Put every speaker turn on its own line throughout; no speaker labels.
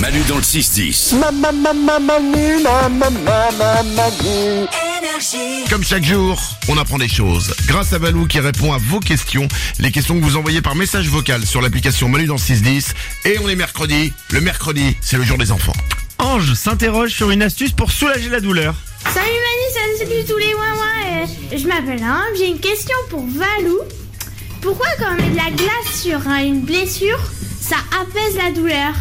Manu dans le 6-10.
Ma ma ma ma Manu, ma ma ma ma Manu.
Comme chaque jour, on apprend des choses. Grâce à Valou qui répond à vos questions, les questions que vous envoyez par message vocal sur l'application Manu dans 610. Et on est mercredi. Le mercredi, c'est le jour des enfants.
Ange s'interroge sur une astuce pour soulager la douleur.
Salut Manu, salut tous les moi Je m'appelle Anne, j'ai une question pour Valou. Pourquoi quand on met de la glace sur hein, une blessure, ça apaise la douleur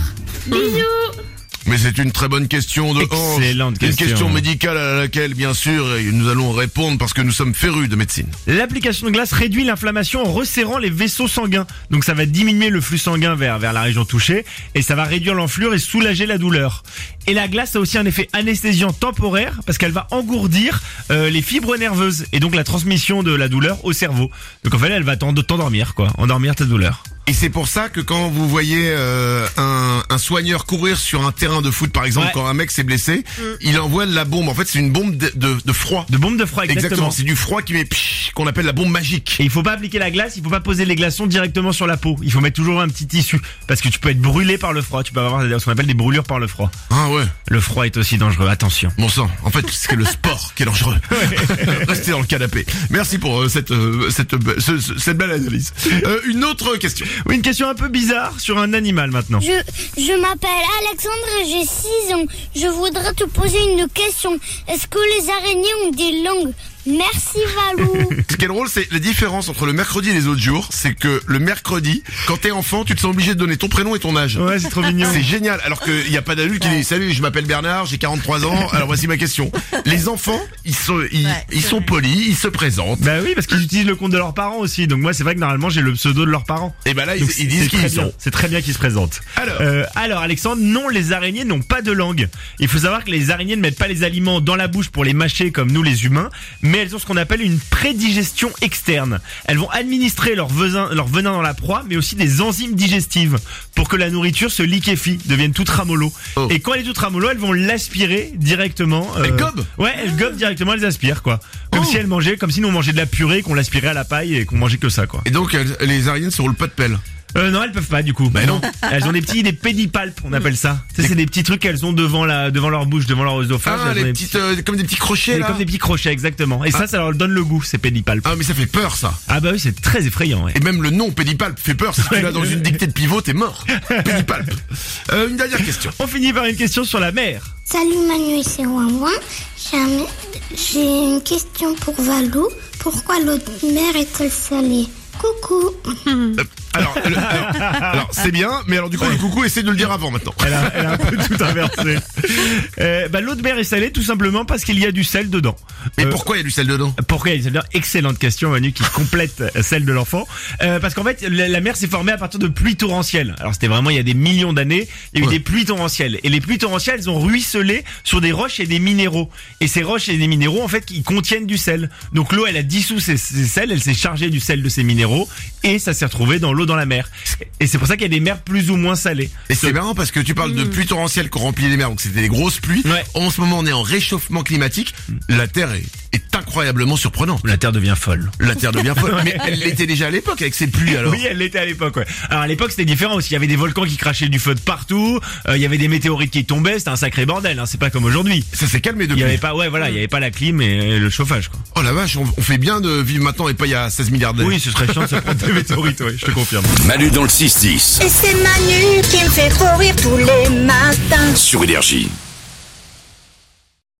Bisous
Mais c'est une très bonne question de Ange.
Excellente
Une
question.
question médicale à laquelle, bien sûr, nous allons répondre parce que nous sommes férus de médecine.
L'application de glace réduit l'inflammation en resserrant les vaisseaux sanguins. Donc ça va diminuer le flux sanguin vers, vers la région touchée et ça va réduire l'enflure et soulager la douleur. Et la glace a aussi un effet anesthésiant temporaire parce qu'elle va engourdir euh, les fibres nerveuses et donc la transmission de la douleur au cerveau. Donc en fait elle va t'en- t'endormir quoi, endormir ta douleur.
Et c'est pour ça que quand vous voyez euh, un, un soigneur courir sur un terrain de foot, par exemple,
Ouais. Mm.
quand un mec s'est blessé, il envoie de la bombe. En fait, c'est une bombe de, de- de froid.
De bombe de froid exactement.
C'est du froid qui met psh, qu'on appelle la bombe magique.
Et il faut pas appliquer la glace, il faut pas poser les glaçons directement sur la peau. Il faut mettre toujours un petit tissu parce que tu peux être brûlé par le froid. Tu peux avoir ce qu'on appelle des brûlures par le froid.
Ah ouais,
Le froid est aussi dangereux, attention.
bon sang. En fait, c'est le sport qui est dangereux. Restez dans le canapé. Merci pour euh, cette euh, cette be- ce- ce- cette belle analyse. Euh, une autre question.
Oui, une question un peu bizarre sur un animal maintenant.
Je, je m'appelle Alexandre et j'ai 6 ans. Je voudrais te poser une question. Est-ce que les araignées ont des langues Merci Valou.
Ce qui est drôle, c'est la différence entre le mercredi et les autres jours, c'est que le mercredi, quand t'es enfant, tu te sens obligé de donner ton prénom et ton âge.
Ouais, c'est trop mignon.
C'est génial. Alors qu'il n'y a pas d'adulte qui dit Salut, je m'appelle Bernard, j'ai 43 ans. Alors voici ma question. Les enfants, ils sont, ils, ils sont polis, ils se présentent.
Bah oui, parce qu'ils utilisent le compte de leurs parents aussi. Donc moi, c'est vrai que normalement, j'ai le pseudo de leurs parents.
Et ben là, ils,
Donc,
ils
c'est-
disent
c'est
qui
très
ils
bien.
sont.
C'est très bien qu'ils se présentent.
Alors.
Euh, alors, Alexandre, non, les araignées n'ont pas de langue. Il faut savoir que les araignées ne mettent pas les aliments dans la bouche pour les mâcher comme nous les humains, mais elles ont ce qu'on appelle une prédigestion externe. Elles vont administrer leur venin, leur venin dans la proie, mais aussi des enzymes digestives pour que la nourriture se liquéfie, devienne toute ramolo.
Oh.
Et quand elle est toute ramolo, elles vont l'aspirer directement. euh,
Elles gobent
Ouais, elles gobent directement, elles aspirent quoi. Comme
Oh.
si elles mangeaient, comme si nous on mangeait de la purée, qu'on l'aspirait à la paille et qu'on mangeait que ça quoi.
Et donc, elles- les Ariennes se roulent pas de pelle.
Euh, non, elles peuvent pas du coup.
Bah non.
Elles ont des petits, des pédipalpes, on appelle ça. Tu sais, c'est des petits trucs qu'elles ont devant la, devant leur bouche, devant leur
Ah,
œsophage. elles ont
les
des
petites,
petits-
euh, comme des petits crochets
c'est
là.
comme des petits crochets, exactement. Et ça, ça leur donne le goût, ces pédipalpes.
Ah, mais ça fait peur ça.
Ah bah oui, c'est très effrayant. Ouais.
Et même le nom pédipalpe fait peur. Si tu
Ouais.
l'as dans une dictée de pivot, t'es mort. Pédipalpe. Euh, une dernière question.
On finit par une question sur la mer.
Salut Manu et c'est Ouin J'ai une question pour Valou. Pourquoi l'eau de mer est-elle salée Coucou.
Euh, Alors, le- alors, alors, c'est bien, mais alors du coup, le coucou, essaie de le dire avant maintenant.
Elle a, elle a un peu tout inversé. Euh, bah, l'eau de mer est salée tout simplement parce qu'il y a du sel dedans.
Mais
Euh,
pourquoi il y a du sel dedans
Pourquoi il y a des odeurs Excellente question, Manu, qui complète celle de l'enfant. Euh, parce qu'en fait, la, la mer s'est formée à partir de pluies torrentielles. Alors c'était vraiment il y a des millions d'années, il y a eu
Ouais.
des pluies torrentielles. Et les pluies torrentielles, elles ont ruisselé sur des roches et des minéraux. Et ces roches et des minéraux, en fait, ils contiennent du sel. Donc l'eau, elle a dissous ces, ces sels, elle s'est chargée du sel de ces minéraux, et ça s'est retrouvé dans l'eau dans la mer. Et c'est pour ça qu'il y a des mers plus ou moins salées.
Et c'est marrant parce que tu parles de pluies torrentielles qu'on remplit les mers, donc c'était des grosses pluies.
Hmm. Ouais.
En ce moment, on est en réchauffement climatique. La Terre est, est incroyablement surprenante.
La Terre devient folle.
La Terre devient folle. Mais elle l'était déjà à l'époque avec ces pluies alors.
Oui, elle l'était à l'époque. Ouais. Alors à l'époque, c'était différent aussi. Il y avait des volcans qui crachaient du feu de partout. euh, il y avait des météorites qui tombaient. C'était un sacré bordel. Hein. C'est pas comme aujourd'hui.
Ça s'est calmé
Il
depuis.
y avait pas, ouais, voilà, il y avait pas la clim et, et le chauffage. Quoi.
Oh la vache, on, on fait bien de vivre maintenant et pas il y a 16 milliards d'années.
Oui, ce serait chiant de se prendre des météorites. Ouais, je te confirme.
Manu dans le 6-10.
Et c'est Manu qui me fait courir tous les matins.
Sur Énergie.